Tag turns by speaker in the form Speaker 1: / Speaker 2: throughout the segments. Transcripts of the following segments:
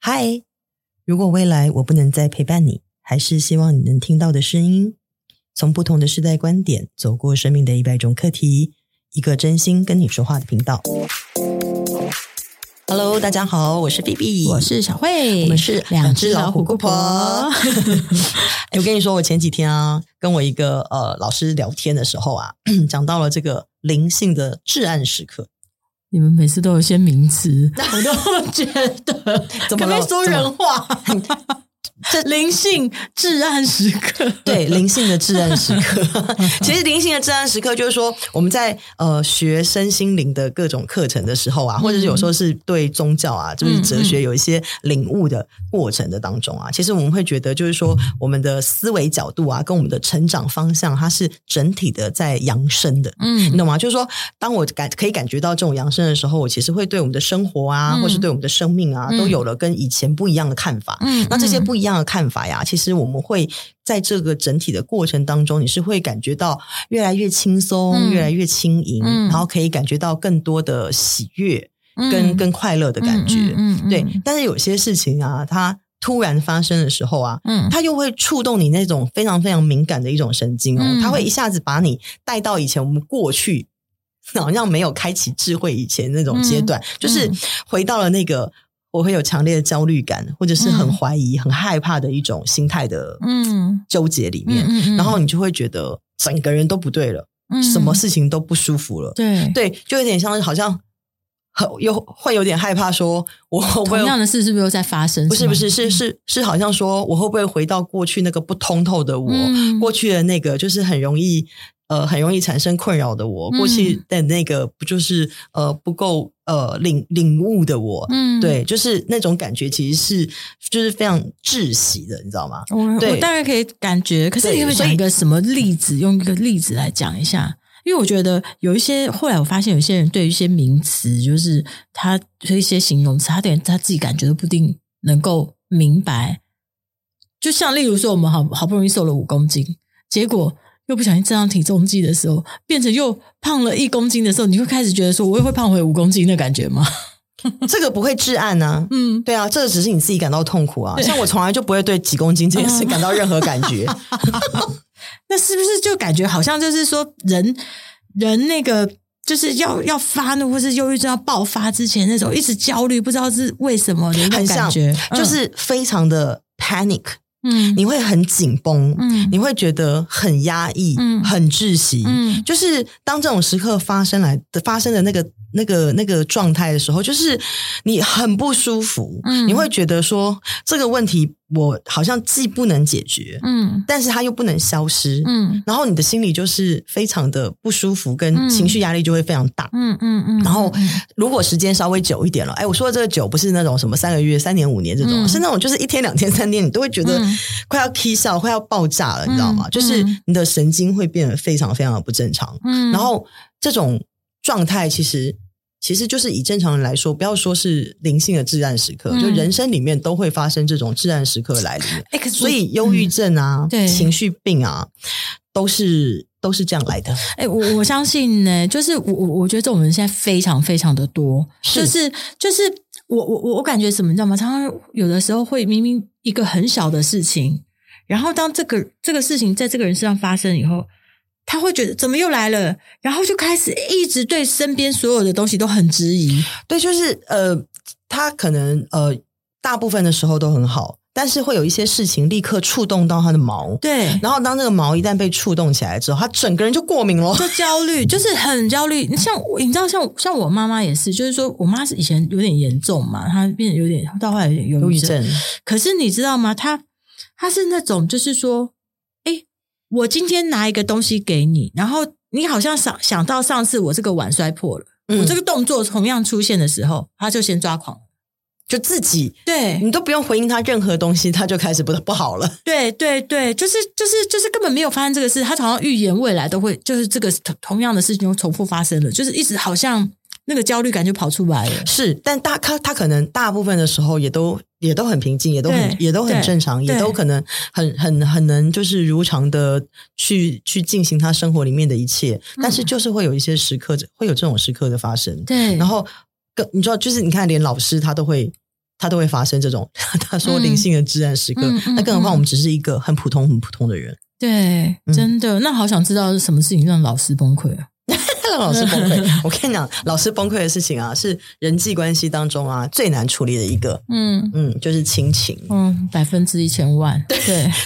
Speaker 1: 嗨，如果未来我不能再陪伴你，还是希望你能听到的声音，从不同的世代观点走过生命的一百种课题，一个真心跟你说话的频道。Hello，大家好，我是哎 B B，
Speaker 2: 我是小慧，
Speaker 1: 我们是
Speaker 2: 两只老虎
Speaker 1: 姑
Speaker 2: 姑
Speaker 1: 婆哎
Speaker 2: 婆。
Speaker 1: 我跟你说，我前几天啊，跟我一个呃老师聊天的时候啊， 讲到了这个灵性的至暗时刻，
Speaker 2: 你们每次都有些名词，我都觉得
Speaker 1: 怎么了
Speaker 2: 可不可以说人话？
Speaker 1: 这
Speaker 2: 灵性至暗时刻，
Speaker 1: 对灵性的至暗时刻， 其实灵性的至暗时刻就是说，我们在呃学身心灵的各种课程的时候啊，
Speaker 2: 嗯
Speaker 1: 或者是有时候是对宗教啊，就是哲学有一些领悟的过程的当
Speaker 2: 嗯
Speaker 1: 中啊，其实我们会觉得就是说，我们的思维角度啊，跟我们的成长方向，它是整体的在扬升的。你
Speaker 2: 嗯
Speaker 1: 懂吗？就是说，当我感可以感觉到这种扬升的时候，我其实会对我们的生活啊，
Speaker 2: 嗯
Speaker 1: 或是对我们的生命啊，都
Speaker 2: 嗯
Speaker 1: 有了跟以前不一样的看法。
Speaker 2: 嗯
Speaker 1: 那这些不一样的看法呀，其实我们会在这个整体的过程当中，你是会感觉到越来越轻松，
Speaker 2: 嗯
Speaker 1: 越来越轻盈，
Speaker 2: 嗯
Speaker 1: 然后可以感觉到更多的喜悦跟、跟快乐的
Speaker 2: 的
Speaker 1: 感觉。
Speaker 2: 嗯
Speaker 1: 对，但是有些事情啊，它突然发生的时候啊，
Speaker 2: 嗯
Speaker 1: 它又会触动你那种非常非常敏感的一种神经哦，
Speaker 2: 嗯
Speaker 1: 它会一下子把你带到以前我们过去好像没有开启智慧以前那种
Speaker 2: 嗯
Speaker 1: 阶段，就是回到了那个我会有强烈的焦虑感，或者是很
Speaker 2: 嗯
Speaker 1: 怀疑、很害怕的一种心态的
Speaker 2: 嗯
Speaker 1: 纠结里面，
Speaker 2: 嗯
Speaker 1: 然后你就会觉得整个人都不对了，什么事情都不舒服了，
Speaker 2: 对
Speaker 1: 对，就有点像是好像。很又会有点害怕说我会不会
Speaker 2: 同样的事是不是又在发生？
Speaker 1: 不是
Speaker 2: 吗
Speaker 1: 不是，是是是，好像说我会不会回到过去那个不通透的我，
Speaker 2: 嗯
Speaker 1: 过去的那个就是很容易呃很容易产生困扰的我，过
Speaker 2: 嗯
Speaker 1: 去的那个不就是呃不够呃领领悟的我，
Speaker 2: 嗯，
Speaker 1: 对，就是那种感觉其实是就是非常窒息的，你知道吗？
Speaker 2: 我
Speaker 1: 对
Speaker 2: 我当然可以感觉，可是你可不可
Speaker 1: 对
Speaker 2: 以
Speaker 1: 所以
Speaker 2: 讲一个什么例子？用一个例子来讲一下，因为我觉得有一些后来我发现，有些人对于一些名词，就是他对一些形容词，他连他自己感觉都不一定能够明白。就像例如说，我们好好不容易瘦了五公斤，结果又不小心站上体重计的时候，变成又胖了一公斤的时候，你会开始觉得说，我又会胖回五公斤的感觉吗？
Speaker 1: 这个不会至暗啊，
Speaker 2: 嗯，
Speaker 1: 对啊，这个只是你自己感到痛苦啊。
Speaker 2: 对嗯
Speaker 1: 像我从来就不会对几公斤这件事感到任何感 觉，
Speaker 2: 那是不是就感觉好像就是说人人那个就是要要发怒，或是忧郁症要爆发之前那种一直焦虑，不知道是为什么的一种
Speaker 1: 很
Speaker 2: 感
Speaker 1: 像
Speaker 2: 觉，
Speaker 1: 就是非常的 panic，
Speaker 2: 嗯
Speaker 1: 你会很紧绷，
Speaker 2: 嗯
Speaker 1: 你会觉得很压抑，
Speaker 2: 嗯
Speaker 1: 很窒息。
Speaker 2: 嗯
Speaker 1: 就是当这种时刻发生来的发生的那个那个那个状态的时候，就是你很不舒服，
Speaker 2: 嗯
Speaker 1: 你会觉得说这个问题我好像既不能解决，
Speaker 2: 嗯
Speaker 1: 但是它又不能消失，
Speaker 2: 嗯
Speaker 1: 然后你的心里就是非常的不舒服，跟
Speaker 2: 嗯
Speaker 1: 情绪压力就会非常大。
Speaker 2: 嗯嗯嗯，
Speaker 1: 然后，如果时间稍微久一点了，哎，我说的这个久不是那种什么三个月、三年、五年这种，
Speaker 2: 嗯
Speaker 1: 是那种就是一天、两天、三天，你都会觉得
Speaker 2: 嗯
Speaker 1: 快要 k 笑、快要爆炸了，你知道吗？
Speaker 2: 嗯
Speaker 1: 就是
Speaker 2: 嗯
Speaker 1: 你的神经会变得非常非常的不正常。
Speaker 2: 嗯
Speaker 1: 然后这种状态其实其实就是以正常人来说，不要说是灵性的至暗时刻，
Speaker 2: 嗯
Speaker 1: 就人生里面都会发生这种至暗时刻来临。
Speaker 2: 哎，可是
Speaker 1: 所以忧郁症啊、
Speaker 2: 对
Speaker 1: 情绪病啊，都是都是这样来的。
Speaker 2: 哎、我我相信呢、就是我我我觉得这种人现在非常非常的多，
Speaker 1: 是
Speaker 2: 就是就是我我我我感觉什么，你知道吗？常常有的时候会明明一个很小的事情，然后当这个这个事情在这个人身上发生以后，他会觉得怎么又来了，然后就开始一直对身边所有的东西都很质疑，
Speaker 1: 对，就是呃，他可能呃，大部分的时候都很好，但是会有一些事情立刻触动到他的毛，
Speaker 2: 对，
Speaker 1: 然后当这个毛一旦被触动起来之后，他整个人就过敏了。
Speaker 2: 就焦虑，就是很焦虑。像我，你知道，像像我妈妈也是，就是说我妈是以前有点严重嘛，她变得有点到后来有点忧
Speaker 1: 忧郁
Speaker 2: 郁症。
Speaker 1: 症，
Speaker 2: 可是你知道吗？他他是那种就是说，哎，我今天拿一个东西给你，然后你好像想想到上次我这个碗摔破了，
Speaker 1: 嗯
Speaker 2: 我这个动作同样出现的时候，他就先抓狂。
Speaker 1: 就自己
Speaker 2: 对
Speaker 1: 你都不用回应他任何东西，他就开始不不好了。
Speaker 2: 对对对，就是就是就是根本没有发生这个事，他好像预言未来都会，就是这个同同样的事情又重复发生了，就是一直好像那个焦虑感就跑出来了。
Speaker 1: 是，但大他他可能大部分的时候也都也都很平静，也都很
Speaker 2: 对
Speaker 1: 也都很
Speaker 2: 对
Speaker 1: 正常，也
Speaker 2: 对
Speaker 1: 都可能很很很能就是如常的去去进行他生活里面的一切，但
Speaker 2: 嗯
Speaker 1: 是就是会有一些时刻会有这种时刻的发生。
Speaker 2: 对
Speaker 1: 然后跟你知道，就是你看，连老师他都会它都会发生这种 他说灵性的至暗时刻。
Speaker 2: 嗯嗯
Speaker 1: 那更何况
Speaker 2: 嗯
Speaker 1: 我们只是一个很普通、很普通的人，
Speaker 2: 对，
Speaker 1: 嗯
Speaker 2: 真的。那好想知道是什么事情让老师崩溃啊？
Speaker 1: 让老师崩
Speaker 2: 嗯
Speaker 1: 溃。我跟你讲，老师崩溃的事情啊，是人际关系当中啊最难处理的一个，
Speaker 2: 嗯
Speaker 1: 嗯，就是亲情。
Speaker 2: 嗯，百分之一千万， 对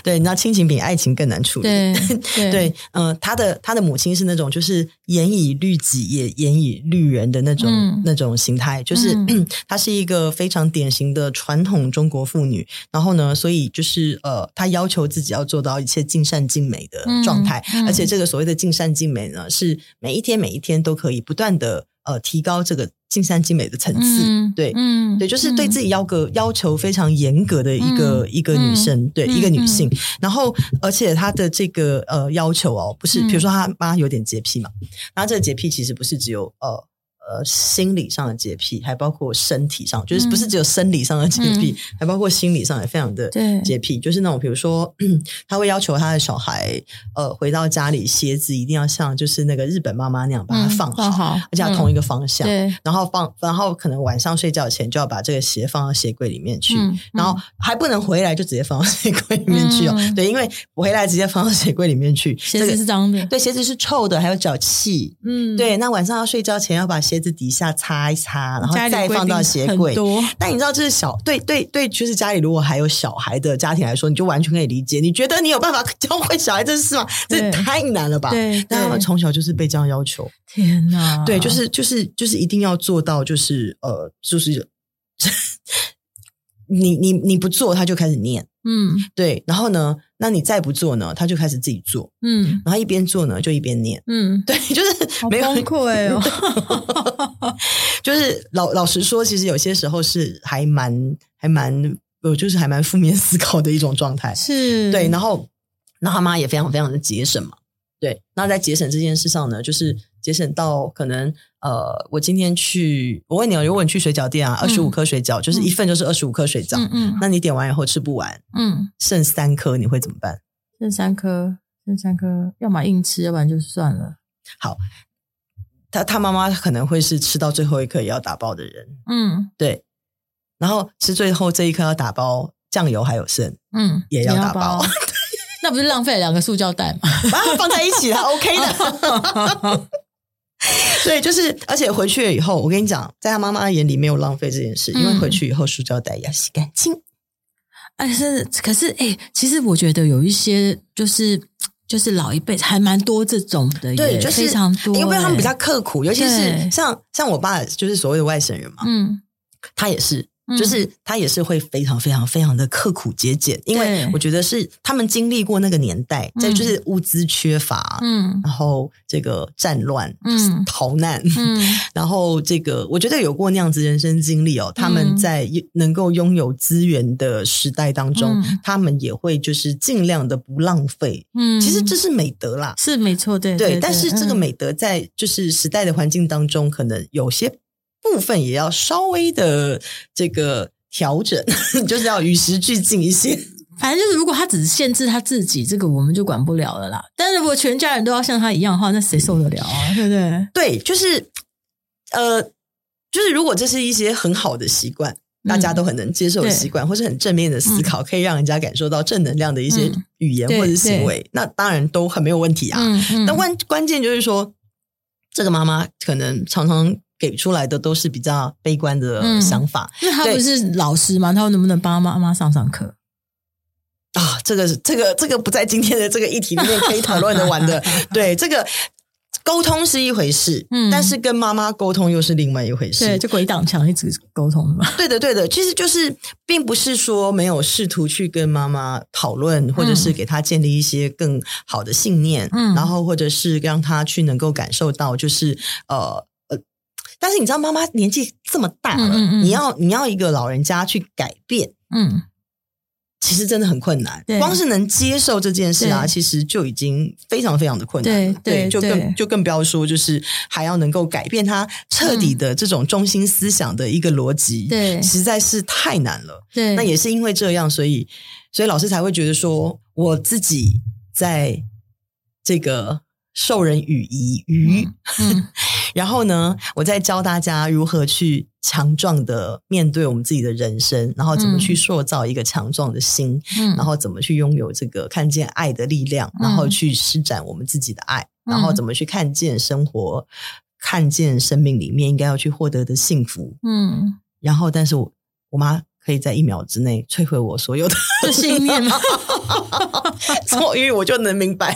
Speaker 1: 对，你知道亲情比爱情更难处理。
Speaker 2: 对对
Speaker 1: 对，嗯、他的他的母亲是那种就是严以律己也严以律人的那种、
Speaker 2: 嗯
Speaker 1: 那种形态，就是、
Speaker 2: 嗯
Speaker 1: 她是一个非常典型的传统中国妇女。然后呢，所以就是呃，她要求自己要做到一切尽善尽美的状态，
Speaker 2: 嗯嗯
Speaker 1: 而且这个所谓的尽善尽美呢，是每一天每一天都可以不断的呃提高这个尽善尽美的层次。
Speaker 2: 嗯
Speaker 1: 对
Speaker 2: 嗯
Speaker 1: 对，就是对自
Speaker 2: 己
Speaker 1: 己要个要求非常严格的一个、
Speaker 2: 嗯
Speaker 1: 一个女生，对、
Speaker 2: 嗯
Speaker 1: 一个女性。然后，而且她的这个呃要求哦，不是，
Speaker 2: 嗯
Speaker 1: 比如说她妈有点洁癖嘛，然后这个洁癖其实不是只有呃。呃，心理上的洁癖，还包括身体上，就是
Speaker 2: 嗯
Speaker 1: 不是只有生理上的洁癖，还包括心理上也非常的
Speaker 2: 对
Speaker 1: 洁癖，就是那种比如说， 他会要求他的小孩，呃，回到家里鞋子一定要像就是那个日本妈妈那样把它放好，
Speaker 2: 嗯放好，嗯
Speaker 1: 而且要同一个方向。
Speaker 2: 对，
Speaker 1: 然后放，然后可能晚上睡觉前就要把这个鞋放到鞋柜里面去，
Speaker 2: 嗯
Speaker 1: 然后还不能回来就直接放到鞋柜里面去哦。
Speaker 2: 嗯
Speaker 1: 对，因为回来直接放到鞋柜里面去，
Speaker 2: 鞋
Speaker 1: 这
Speaker 2: 子
Speaker 1: 个
Speaker 2: 是脏的，
Speaker 1: 对鞋子是臭的，还有脚气。
Speaker 2: 嗯，
Speaker 1: 对，那晚上要睡觉前要把鞋子底下擦一擦，然后
Speaker 2: 家里
Speaker 1: 再
Speaker 2: 规
Speaker 1: 放到
Speaker 2: 定
Speaker 1: 鞋
Speaker 2: 很
Speaker 1: 柜。啊
Speaker 2: 多
Speaker 1: 但你知道，这是小对对对，就是家里如果还有小孩的家庭来说，你就完全可以理解。你觉得你有办法 教会小孩这事吗？这
Speaker 2: 对
Speaker 1: 也太难了吧？
Speaker 2: 对
Speaker 1: 但他们
Speaker 2: 对
Speaker 1: 从小就是被这样要求。
Speaker 2: 天哪，
Speaker 1: 对，就是就是就是一定要做到，就是呃，就是 你你你不做，他就开始念，
Speaker 2: 嗯
Speaker 1: 对，然后呢，那你再不做呢，他就开始自己做，
Speaker 2: 嗯
Speaker 1: 然后一边做呢，就一边念，
Speaker 2: 嗯，
Speaker 1: 对，就是
Speaker 2: 好
Speaker 1: 没有
Speaker 2: 崩，溃哦，
Speaker 1: 就是老老实说，其实有些时候是还蛮还蛮呃，就是还蛮负面思考的一种状态，
Speaker 2: 是，嗯
Speaker 1: 对，然后那他妈也非常非常的节省嘛，对，那在节省这件事上呢，就是节省到可能呃，我今天去，我问你哦，如果你去水饺店啊，二十五
Speaker 2: 嗯
Speaker 1: 颗水饺，就是一份就是二十五颗水饺，
Speaker 2: 嗯嗯
Speaker 1: 那你点完以后吃不完，
Speaker 2: 嗯，
Speaker 1: 剩三颗你会怎么办？
Speaker 2: 剩三颗，剩三颗，要么硬吃，要不然就算了，
Speaker 1: 他他妈妈可能会是吃到最后一颗也要打包的人，
Speaker 2: 嗯
Speaker 1: 对，然后吃最后这一颗要打包，酱油还有剩，
Speaker 2: 嗯，
Speaker 1: 也要打包
Speaker 2: 包，那不是浪费了两个塑胶袋吗？
Speaker 1: 把它放在一起了，OK 的。 对，就是，而且回去了以后，我跟你讲，在他妈妈眼里没有浪费这件事，因为
Speaker 2: 嗯
Speaker 1: 回去以后塑胶袋要洗干净。
Speaker 2: 哎，是，可是哎、其实我觉得有一些就是就是老一辈还蛮多这种的耶，
Speaker 1: 对，就是
Speaker 2: 非常多、
Speaker 1: 因为他们比
Speaker 2: 哎
Speaker 1: 较刻苦，尤其
Speaker 2: 对
Speaker 1: 是像像我爸，就是所谓的外省人嘛，
Speaker 2: 嗯，
Speaker 1: 他也是。
Speaker 2: 嗯
Speaker 1: 就是他也是会非常非常非常的刻苦节俭，因为
Speaker 2: 对
Speaker 1: 我觉得是他们经历过那个年代，再就是物资缺乏，
Speaker 2: 嗯
Speaker 1: 然后这个战乱、
Speaker 2: 嗯
Speaker 1: 逃难，
Speaker 2: 嗯
Speaker 1: 然后这个，我觉得有过那样子人生经历哦，他
Speaker 2: 嗯
Speaker 1: 们在能够拥有资源的时代当中，
Speaker 2: 嗯
Speaker 1: 他们也会就是尽量的不浪费。
Speaker 2: 嗯，
Speaker 1: 其实这是美德啦，
Speaker 2: 是没错，对
Speaker 1: 对。但是这个
Speaker 2: 嗯
Speaker 1: 美德在就是时代的环境当中，可能有些部分也要稍微的这个调整，就是要与时俱进一些。
Speaker 2: 反正就是，如果他只是限制他自己，这个我们就管不了了啦。但是如果全家人都要像他一样的话，那谁受得了啊？对不对？
Speaker 1: 对，就是呃，就是如果这是一些很好的习惯，大家都很能接受的
Speaker 2: 嗯对
Speaker 1: 习惯，或是很正面的思考，可以让人家感受到正能量的一些
Speaker 2: 嗯
Speaker 1: 语言
Speaker 2: 对
Speaker 1: 或者行为，那当然都很没有问题啊。
Speaker 2: 嗯嗯
Speaker 1: 但关关键就是说，这个妈妈可能常常给出来的都是比较悲观的
Speaker 2: 嗯
Speaker 1: 想法、
Speaker 2: 因为他
Speaker 1: 对
Speaker 2: 不是老师嘛，他说能不能帮妈妈上上课？
Speaker 1: 啊。这个这个这个不在今天的这个议题里面可以讨论的完 的。对，这个沟通是一回事，
Speaker 2: 嗯
Speaker 1: 但是跟妈妈沟通又是另外一回事。
Speaker 2: 对，就鬼挡墙一直沟通嘛。
Speaker 1: 对的，对的，其实就是并不是说没有试图去跟妈妈讨论，或者是给她建立一些更好的信念，
Speaker 2: 嗯
Speaker 1: 然后或者是让她去能够感受到，就是呃呃，但是你知道妈妈年纪这么大了，
Speaker 2: 嗯嗯嗯
Speaker 1: 你要你要一个老人家去改变。
Speaker 2: 嗯，
Speaker 1: 其实真的很困难，
Speaker 2: 对
Speaker 1: 光是能接受这件事啊，
Speaker 2: 对
Speaker 1: 其实就已经非常非常的困难了。
Speaker 2: 对对
Speaker 1: 就
Speaker 2: 对
Speaker 1: 更就更不要说，就是还要能够改变他彻底的这种中心思想的一个逻辑，
Speaker 2: 对
Speaker 1: 实在是太难了。
Speaker 2: 对，
Speaker 1: 那也是因为这样，所以所以老师才会觉得说，我自己在这个授人以鱼，
Speaker 2: 嗯
Speaker 1: 然后呢，我再教大家如何去强壮的面对我们自己的人生，然后怎么去塑造一个强壮的心，
Speaker 2: 嗯
Speaker 1: 然后怎么去拥有这个看见爱的力量，然后去施展我们自己的爱，然
Speaker 2: 嗯
Speaker 1: 后怎么去看见生活，看见生命里面应该要去获得的幸福。
Speaker 2: 嗯，
Speaker 1: 然后，但是我我妈可以在一秒之内摧毁我所有 的
Speaker 2: 这信念嘛，
Speaker 1: 终于我就能明白，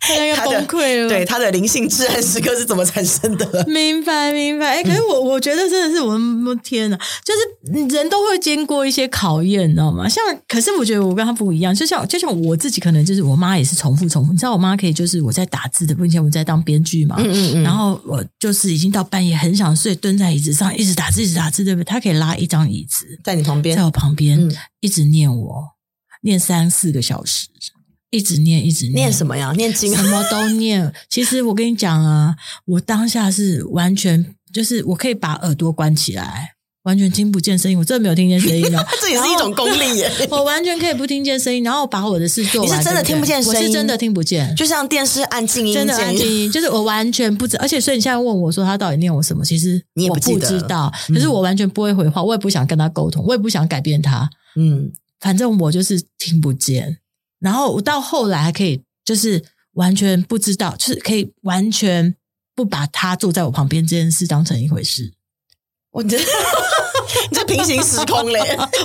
Speaker 2: 大家要
Speaker 1: 他的
Speaker 2: 崩溃了。
Speaker 1: 对她的灵性至暗时刻是怎么产生的了。
Speaker 2: 明白明白，哎、可
Speaker 1: 嗯
Speaker 2: 是我我觉得真的是我们天哪，就是人都会经过一些考验，你知道吗？像，可是我觉得我跟他不一样，就像就像我自己，可能就是我妈也是重复重复。你知道，我妈可以就是我在打字的，并且我在当编剧嘛，
Speaker 1: 嗯嗯
Speaker 2: 然后我就是已经到半夜很想睡，蹲在椅子上一直打字一直打字，对不对？她可以拉一张椅子
Speaker 1: 在你旁边
Speaker 2: 在，我旁边、
Speaker 1: 嗯
Speaker 2: 一直念我，念三四个小时，一直念一直
Speaker 1: 念什么呀？念经
Speaker 2: 什
Speaker 1: 啊？。
Speaker 2: 么都念。 其实我跟你讲啊，我当下是完全就是我可以把耳朵关起来，完全听不见声音，我真的没有听见声音了
Speaker 1: 这也是一种功力耶。
Speaker 2: 我完全可以不听见声音，然后把我的事做完。
Speaker 1: 你是真的
Speaker 2: 对对
Speaker 1: 听不见声音
Speaker 2: 我是真的听不见，
Speaker 1: 就像电视按静音
Speaker 2: 真的
Speaker 1: 键
Speaker 2: 安
Speaker 1: 一样
Speaker 2: 静，就是我完全不知。而且，所以你现在问我说他到底念我什么，其实
Speaker 1: 你也
Speaker 2: 我
Speaker 1: 不记
Speaker 2: 不
Speaker 1: 得
Speaker 2: 知道。
Speaker 1: 嗯
Speaker 2: 可是我完全不会回话，我也不想跟他沟通，我也不想改变他。
Speaker 1: 嗯，
Speaker 2: 反正我就是听不见。然后我到后来还可以，就是完全不知道，就是可以完全不把他坐在我旁边这件事当成一回事。
Speaker 1: 我觉得 你这平行时空嘞，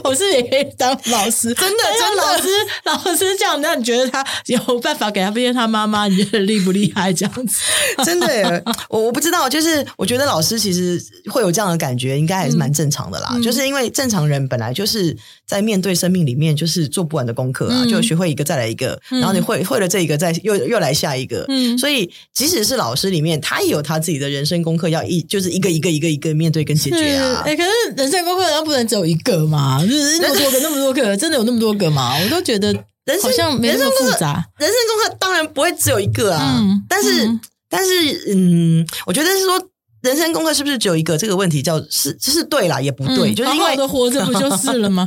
Speaker 2: 我是也可以当老师，
Speaker 1: 真的真
Speaker 2: 老
Speaker 1: 的
Speaker 2: 师老师这样，那你觉得他有办法给他变成他妈妈？你觉得厉不厉害？这样子，
Speaker 1: 真的耶，我我不知道，就是我觉得老师其实会有这样的感觉，应该还是蛮正常的啦。
Speaker 2: 嗯
Speaker 1: 就是因为正常人本来就是在面对生命里面，就是做不完的功课啊，
Speaker 2: 嗯
Speaker 1: 就学会一个再来一个，
Speaker 2: 嗯
Speaker 1: 然后你会会了这一个再又又来下一个。
Speaker 2: 嗯
Speaker 1: 所以即使是老师里面，他也有他自己的人生功课要一就是一个一个一个一个面对跟解决啊。
Speaker 2: 哎、可是人生功课难道不能只有一个嘛？就是那么多个，那么多个，真的有那么多个吗？我都觉得
Speaker 1: 人生
Speaker 2: 好像没那么复杂。
Speaker 1: 人生功课当然不会只有一个啊，
Speaker 2: 嗯
Speaker 1: 但是、
Speaker 2: 嗯
Speaker 1: 但是嗯，我觉得是说人生功课是不是只有一个这个问题叫是是对啦，也不对，就是因
Speaker 2: 嗯好好
Speaker 1: 为
Speaker 2: 的活着不就是了 吗？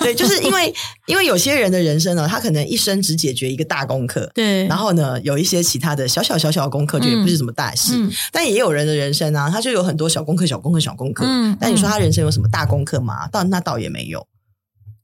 Speaker 1: 对，就是因为因为有些人的人生呢，他可能一生只解决一个大功课。
Speaker 2: 对，
Speaker 1: 然后呢，有一些其他的小小小小的功课，就也不是什么大事。
Speaker 2: 嗯
Speaker 1: 但也有人的人生啊，他就有很多小功课、小功课、小功课。
Speaker 2: 嗯
Speaker 1: 但你说他人生有什么大功课吗？倒那倒也没有。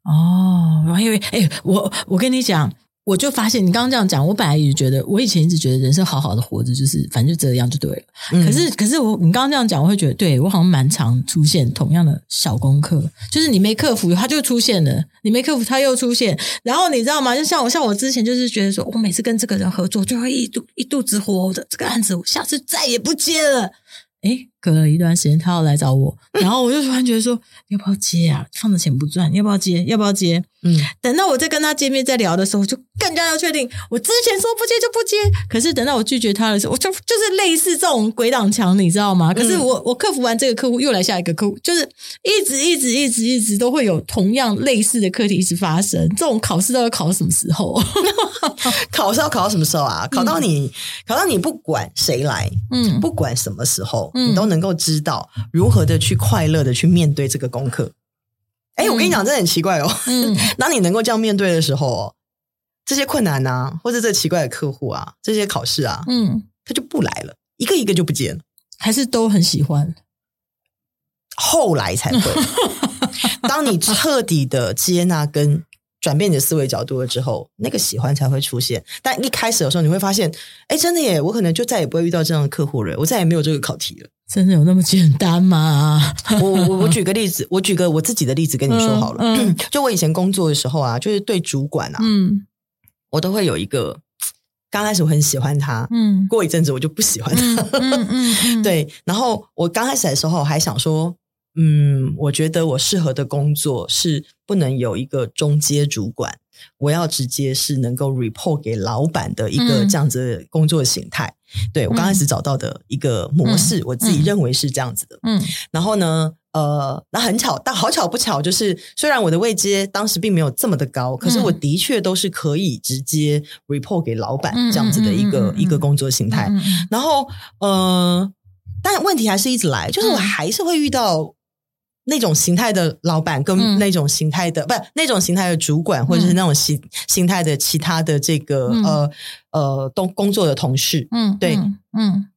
Speaker 2: 哦，我还以为哎、我我跟你讲，我就发现你刚刚这样讲，我本来也觉得，我以前一直觉得人生好好的活着，就是反正就这样就对了。
Speaker 1: 嗯
Speaker 2: 可是可是我你刚刚这样讲，我会觉得，对我好像蛮常出现同样的小功课，就是你没克服，它就出现了；你没克服，它又出现。然后你知道吗？就像我像我之前就是觉得说，哦我每次跟这个人合作，就会一肚一肚子火，我的这个案子我下次再也不接了。诶，隔了一段时间，他要来找我，然后我就突然觉得说， 要不要接啊？放着钱不赚，要不要接？要不要接？
Speaker 1: 嗯，
Speaker 2: 等到我再跟他见面再聊的时候，我就更加要确定，我之前说不接就不接，可是等到我拒绝他的时候，我就就是类似这种鬼挡墙，你知道吗？可是我、我克服完这个客户，又来下一个客户，就是一直一直一直一直都会有同样类似的课题一直发生。这种考试到底考到什么时候？
Speaker 1: 考是要考到什么时候啊？考到你，考到你不管谁来，
Speaker 2: 嗯，
Speaker 1: 不管什么时候，
Speaker 2: 嗯
Speaker 1: 你都能够知道如何的去快乐的去面对这个功课。哎，我跟你讲，这很奇怪哦。
Speaker 2: 嗯，
Speaker 1: 当你能够这样面对的时候哦，这些困难啊，或者这奇怪的客户啊，这些考试啊，
Speaker 2: 嗯，
Speaker 1: 它就不来了，一个一个就不见了。
Speaker 2: 还是都很喜欢。
Speaker 1: 后来才会， 当你彻底的接纳跟转变你的思维角度了之后，那个喜欢才会出现。但一开始的时候，你会发现，哎，真的耶，我可能就再也不会遇到这样的客户了，我再也没有这个考题了。
Speaker 2: 真的有那么简单吗？
Speaker 1: 我我我举个例子，我举个我自己的例子跟你说好了。
Speaker 2: 嗯
Speaker 1: 就我以前工作的时候啊，就是对主管啊，
Speaker 2: 嗯
Speaker 1: 我都会有一个，刚开始我很喜欢他，
Speaker 2: 嗯
Speaker 1: 过一阵子我就不喜欢他。
Speaker 2: 嗯嗯嗯，
Speaker 1: 对，然后我刚开始的时候还想说，嗯，我觉得我适合的工作是不能有一个中阶主管，我要直接是能够 report 给老板的一个
Speaker 2: 嗯
Speaker 1: 这样子的工作形态。对我刚开始找到的一个模式，我自己
Speaker 2: 嗯
Speaker 1: 认为是这样子的。
Speaker 2: 嗯
Speaker 1: 然后呢，呃，那很巧，但好巧不巧，就是虽然我的位阶当时并没有这么的高，
Speaker 2: 嗯
Speaker 1: 可是我的确都是可以直接 report 给老板
Speaker 2: 嗯
Speaker 1: 这样子的一个、
Speaker 2: 嗯嗯嗯嗯嗯
Speaker 1: 一个工作形态。
Speaker 2: 嗯嗯
Speaker 1: 然后，呃，但问题还是一直来，就是我
Speaker 2: 嗯
Speaker 1: 还是会遇到。那种形态的老板跟
Speaker 2: 嗯
Speaker 1: 那种形态的、不那种形态的主管，或者是那种形形态的其他的这个、
Speaker 2: 嗯
Speaker 1: 呃呃东工作的同事，
Speaker 2: 嗯，
Speaker 1: 对
Speaker 2: 嗯嗯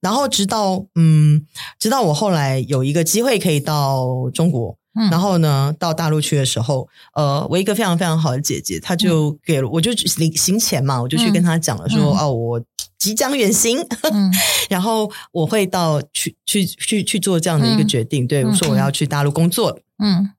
Speaker 1: 然后直到嗯，直到我后来有一个机会可以到中国，
Speaker 2: 嗯
Speaker 1: 然后呢到大陆去的时候，呃，我一个非常非常好的姐姐，她就给了、我就行行前嘛，我就去跟她讲了说，
Speaker 2: 嗯嗯
Speaker 1: 哦，我即将远行，
Speaker 2: 嗯
Speaker 1: 然后我会到去去去去做这样的一个
Speaker 2: 嗯
Speaker 1: 决定，对我
Speaker 2: 嗯
Speaker 1: 说我要去大陆工作了
Speaker 2: 嗯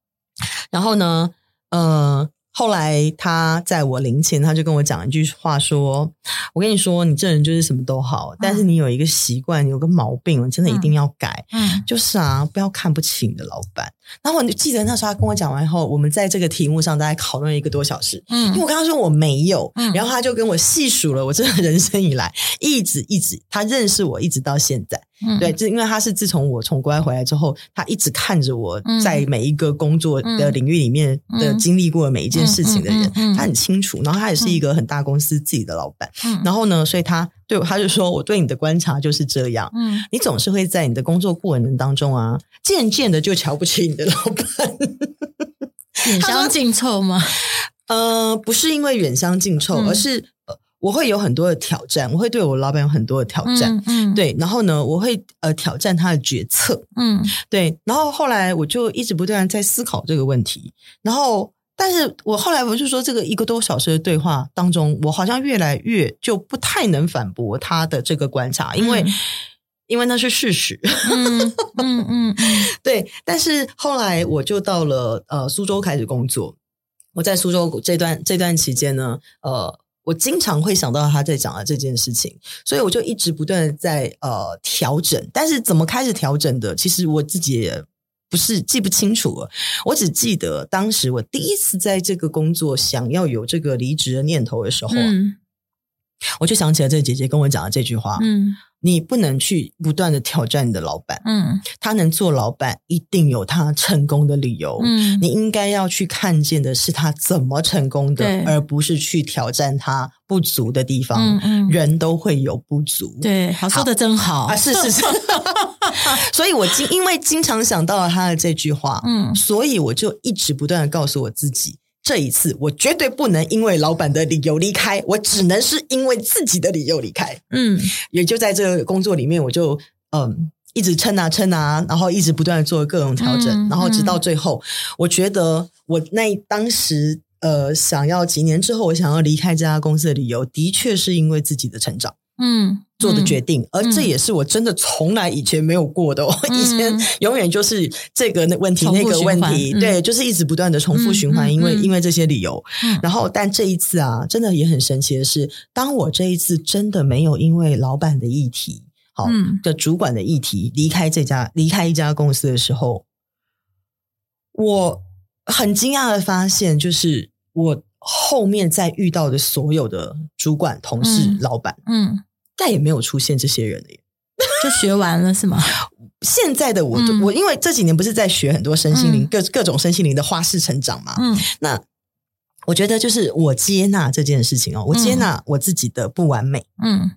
Speaker 1: 然后呢，呃，后来他在我临前，他就跟我讲一句话说：“我跟你说，你这人就是什么都好，但是你有一个习惯，你有个毛病，你真的一定要改。
Speaker 2: 嗯
Speaker 1: 就是啊，不要看不起你的老板。然后我记得那时候他跟我讲完后，我们在这个题目上大概讨论了一个多小时。因为
Speaker 2: 嗯
Speaker 1: 我跟他说我没有，
Speaker 2: 嗯
Speaker 1: 然后他就跟我细数了我真的人生以来一直一直他认识我一直到现在，
Speaker 2: 嗯，
Speaker 1: 对，就因为他是自从我从国外回来之后，他一直看着我
Speaker 2: 嗯
Speaker 1: 在每一个工作的领域里面的
Speaker 2: 嗯
Speaker 1: 经历过的每一件事情的人，
Speaker 2: 嗯嗯嗯嗯
Speaker 1: 他很清楚。然后他也是一个很大公司自己的老板，
Speaker 2: 嗯，
Speaker 1: 然后呢，所以他对我他就说，我对你的观察就是这样。
Speaker 2: 嗯
Speaker 1: 你总是会在你的工作过程当中啊，渐渐的就瞧不起你的老板。
Speaker 2: 远香近臭吗？
Speaker 1: 呃，不是因为远香近臭，
Speaker 2: 嗯
Speaker 1: 而是、呃、我会有很多的挑战，我会对我老板有很多的挑战。
Speaker 2: 嗯，
Speaker 1: 对，然后呢，我会呃挑战他的决策。
Speaker 2: 嗯
Speaker 1: 对，然后后来我就一直不断地在思考这个问题，然后，但是我后来不是说这个一个多小时的对话当中，我好像越来越就不太能反驳他的这个观察，因为、
Speaker 2: 嗯
Speaker 1: 因为那是事实。
Speaker 2: 嗯嗯 嗯
Speaker 1: 对，但是后来我就到了呃苏州开始工作，我在苏州这段这段期间呢，呃。我经常会想到他在讲的这件事情，所以我就一直不断的在呃调整，但是怎么开始调整的，其实我自己也不是记不清楚了。我只记得当时我第一次在这个工作想要有这个离职的念头的时候啊，
Speaker 2: 嗯
Speaker 1: 我就想起了这个姐姐跟我讲的这句话：
Speaker 2: 嗯
Speaker 1: 你不能去不断的挑战你的老板，
Speaker 2: 嗯
Speaker 1: 他能做老板一定有他成功的理由。
Speaker 2: 嗯，
Speaker 1: 你应该要去看见的是他怎么成功
Speaker 2: 对
Speaker 1: 的，而不是去挑战他不足的地方。
Speaker 2: 嗯嗯
Speaker 1: 人都会有不足，
Speaker 2: 对，好说的真好
Speaker 1: 啊，是是 是。所以我经因为经常想到了他的这句话，
Speaker 2: 嗯
Speaker 1: 所以我就一直不断的告诉我自己。这一次，我绝对不能因为老板的理由离开，我只能是因为自己的理由离开。
Speaker 2: 嗯
Speaker 1: 也就在这个工作里面，我就嗯一直撑啊撑啊，然后一直不断的做各种调整，
Speaker 2: 嗯
Speaker 1: 然后直到最后，我觉得我那当时呃想要几年之后我想要离开这家公司的理由，的确是因为自己的成长。
Speaker 2: 嗯
Speaker 1: 做的决定，而这也是我真的从来以前没有过的、哦。
Speaker 2: 嗯
Speaker 1: 以前永远就是这个那问题、
Speaker 2: 重
Speaker 1: 那
Speaker 2: 复
Speaker 1: 个
Speaker 2: 循
Speaker 1: 问
Speaker 2: 环
Speaker 1: 题，
Speaker 2: 嗯
Speaker 1: 对，就是一直不断的重复循环，
Speaker 2: 嗯嗯
Speaker 1: 因为
Speaker 2: 嗯
Speaker 1: 因为这些理由。
Speaker 2: 嗯
Speaker 1: 然后，但这一次啊，真的也很神奇的是，当我这一次真的没有因为老板的议题，好、
Speaker 2: 嗯
Speaker 1: 的主管的议题离开这家离开一家公司的时候，我很惊讶的发现，就是我后面再遇到的所有的主管、同事、
Speaker 2: 嗯
Speaker 1: 老板。
Speaker 2: 嗯，
Speaker 1: 再也没有出现这些人了耶。
Speaker 2: 就学完了是吗？
Speaker 1: 现在的我就，
Speaker 2: 嗯
Speaker 1: 我因为这几年不是在学很多身心灵、
Speaker 2: 嗯
Speaker 1: 各各种身心灵的花式成长嘛，
Speaker 2: 嗯
Speaker 1: 那我觉得就是我接纳这件事情哦，我接纳我自己的不完美，
Speaker 2: 嗯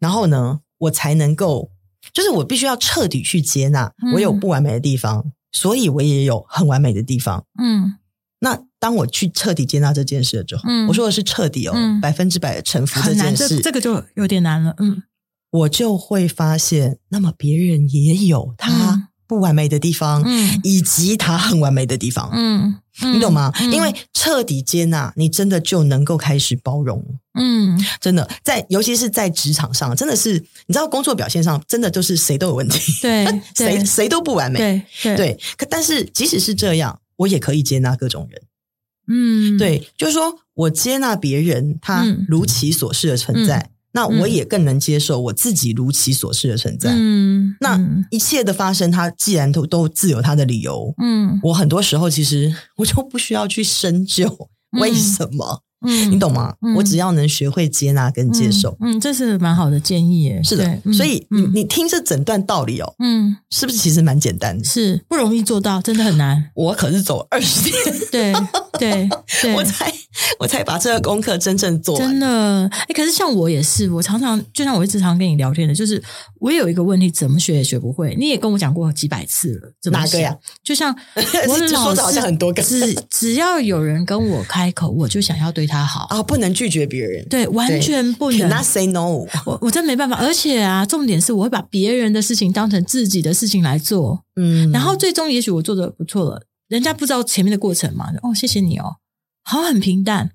Speaker 1: 然后呢，我才能够，就是我必须要彻底去接纳
Speaker 2: 嗯
Speaker 1: 我有不完美的地方，所以我也有很完美的地方。
Speaker 2: 嗯
Speaker 1: 那当我去彻底接纳这件事了之后，
Speaker 2: 嗯
Speaker 1: 我说的是彻底哦，
Speaker 2: 嗯
Speaker 1: 百分之百的臣服这
Speaker 2: 很难，
Speaker 1: 件
Speaker 2: 这
Speaker 1: 事，
Speaker 2: 这个就有点难了。嗯
Speaker 1: 我就会发现，那么别人也有
Speaker 2: 嗯
Speaker 1: 他不完美的地方，
Speaker 2: 嗯
Speaker 1: 以及他很完美的地方，
Speaker 2: 嗯，
Speaker 1: 你懂吗？
Speaker 2: 嗯
Speaker 1: 因为彻底接纳，你真的就能够开始包容。
Speaker 2: 嗯
Speaker 1: 真的，在尤其是在职场上，真的是你知道，工作表现上真的就是谁都有问题，
Speaker 2: 对
Speaker 1: 谁
Speaker 2: 对
Speaker 1: 谁都不完美。
Speaker 2: 对对
Speaker 1: 对，可但是即使是这样，我也可以接纳各种人。
Speaker 2: 嗯
Speaker 1: 对，就是说我接纳别人他
Speaker 2: 嗯
Speaker 1: 如其所示的存在，那我
Speaker 2: 嗯
Speaker 1: 也更能接受我自己如其所示的存在。
Speaker 2: 嗯
Speaker 1: 那
Speaker 2: 嗯
Speaker 1: 一切的发生，它既然都都自有它的理由，
Speaker 2: 嗯
Speaker 1: 我很多时候其实我就不需要去深究
Speaker 2: 嗯
Speaker 1: 为什么，
Speaker 2: 嗯
Speaker 1: 你懂吗？
Speaker 2: 嗯
Speaker 1: 我只要能学会接纳跟接受，
Speaker 2: 嗯，嗯这是蛮好的建议耶。
Speaker 1: 是的
Speaker 2: 对。嗯
Speaker 1: 所以你、
Speaker 2: 嗯
Speaker 1: 你听这整段道理哦，
Speaker 2: 嗯
Speaker 1: 是不是其实蛮简单的？
Speaker 2: 是不容易做到，真的很难
Speaker 1: 。我可是走二十年，
Speaker 2: 对对对
Speaker 1: 我才我才把这个功课真正做完。
Speaker 2: 真的，哎、可是像我也是，我常常就像我一直常跟你聊天的，就是我也有一个问题，怎么学也学不会。你也跟我讲过几百次了，怎么
Speaker 1: 哪个呀
Speaker 2: 写？就 像我
Speaker 1: 说
Speaker 2: 老
Speaker 1: 得好像很多个
Speaker 2: 只只要有人跟我开口，我就想要对他好，
Speaker 1: 啊，不能拒绝别人，
Speaker 2: 对，完全 不能。
Speaker 1: ，cannot say no。
Speaker 2: 我我真没办法，而且啊，重点是我会把别人的事情当成自己的事情来做，
Speaker 1: 嗯
Speaker 2: 然后最终也许我做的不错了，人家不知道前面的过程嘛，就哦，谢谢你哦，好像很平淡。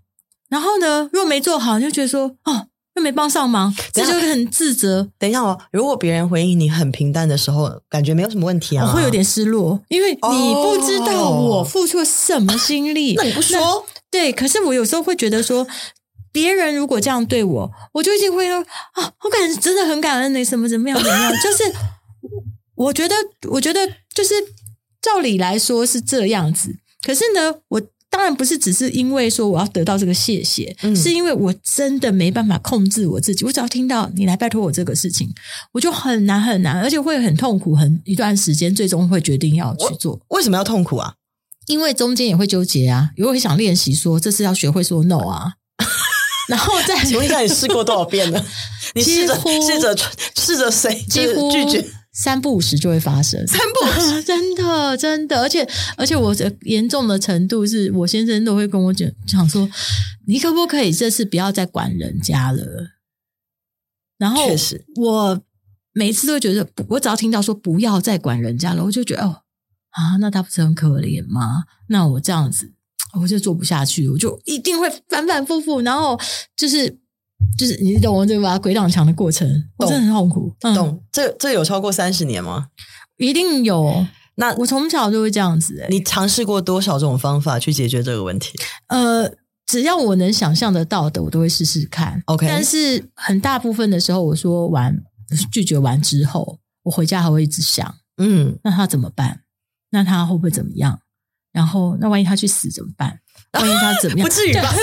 Speaker 2: 然后呢，如果没做好，你就觉得说哦，又没帮上忙，这
Speaker 1: 等一下
Speaker 2: 就很自责，
Speaker 1: 等一下哦，如果别人回应你很平淡的时候，感觉没有什么问题
Speaker 2: 我
Speaker 1: 啊，
Speaker 2: 会有。点失落，因为你不知道
Speaker 1: 哦
Speaker 2: 我付出了什么心力。
Speaker 1: 那你不说，
Speaker 2: 对，可是我有时候会觉得说，别人如果这样对我，我就一定会说啊，我感真的很感恩你，什么怎么样怎么样，就是 我觉得，我觉得就是照理来说是这样子，可是呢，我。当然不是只是因为说我要得到这个谢谢，
Speaker 1: 嗯
Speaker 2: 是因为我真的没办法控制我自己。我只要听到你来拜托我这个事情，我就很难很难，而且会很痛苦，很一段时间，最终会决定要去做。
Speaker 1: 为什么要痛苦啊？
Speaker 2: 因为中间也会纠结啊，也会想练习说这次要学会说 no 啊， 然后再
Speaker 1: 请问一下，你试过多少遍 了？你试着
Speaker 2: 几乎
Speaker 1: 试着试着谁 就
Speaker 2: 几
Speaker 1: 是
Speaker 2: 乎
Speaker 1: 拒绝
Speaker 2: 三不五时就会发生，
Speaker 1: 三不五
Speaker 2: 啊真的真的，而且而且我的严重的程度是我先生都会跟我讲讲说，你可不可以这次不要再管人家了？然后
Speaker 1: 确实
Speaker 2: 我每次都会觉得，不我只要听到说不要再管人家了，我就觉得哦啊，那他不是很可怜吗？那我这样子我就做不下去，我就一定会反反复复，然后就是就是你懂我这个吧，鬼挡墙的过程，我真的很痛苦，嗯、
Speaker 1: 懂？这这有超过三十年吗？
Speaker 2: 一定有。
Speaker 1: 那
Speaker 2: 我从小就会这样子、欸，
Speaker 1: 你尝试过多少种方法去解决这个问题？
Speaker 2: 呃，只要我能想象得到的，我都会试试看。
Speaker 1: OK
Speaker 2: 但是很大部分的时候，我说完拒绝完之后，我回家还会一直想，
Speaker 1: 嗯，
Speaker 2: 那他怎么办？那他会不会怎么样？然后，那万一他去死怎么办？万一他怎么 样？
Speaker 1: 不至于 吧？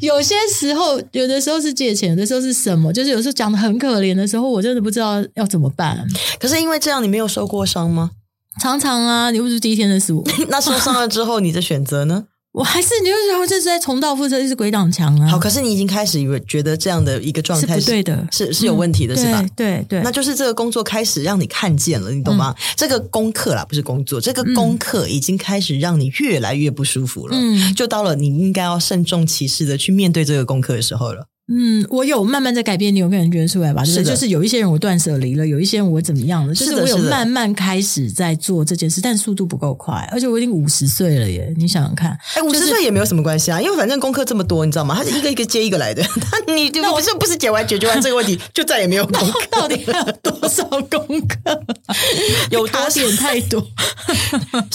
Speaker 2: 有些时候，有的时候是借钱，有的时候是什么？就是有时候讲的很可怜的时候，我真的不知道要怎么办。
Speaker 1: 可是因为这样，你没有受过伤吗？
Speaker 2: 常常啊，你又不是第一天认识我，
Speaker 1: 那受伤了之后，你的选择呢？
Speaker 2: 我还是你就觉得这是在重蹈覆辙，就是鬼挡墙啊，
Speaker 1: 好，可是你已经开始以为觉得这样的一个状
Speaker 2: 是
Speaker 1: 态
Speaker 2: 不对的，嗯
Speaker 1: 是是有问题的，是吧？
Speaker 2: 对对对，
Speaker 1: 那就是这个工作开始让你看见了，你懂吗？这个功课啦，不是工作，这个功课已经开始让你越来越不舒服了。
Speaker 2: 嗯
Speaker 1: 就到了你应该要慎重其事的去面对这个功课的时候了。
Speaker 2: 嗯，我有慢慢在改变，你有感觉出来吧？就是是
Speaker 1: 的
Speaker 2: 就是有一些人我断舍离了，有一些人我怎么样了，就是是
Speaker 1: 的
Speaker 2: 我有
Speaker 1: 是的
Speaker 2: 慢慢开始在做这件事，但速度不够快，而且我已经五十岁了耶！你想想看，
Speaker 1: 哎，五十岁也没有什么关系啊，因为反正功课这么多，你知道吗？它是一个一个接一个来的。 那你那我这不是解完解决完这个问题，就再也没有功课，
Speaker 2: 到底还有多少功课？
Speaker 1: 有多
Speaker 2: 卡
Speaker 1: 少
Speaker 2: 点太多，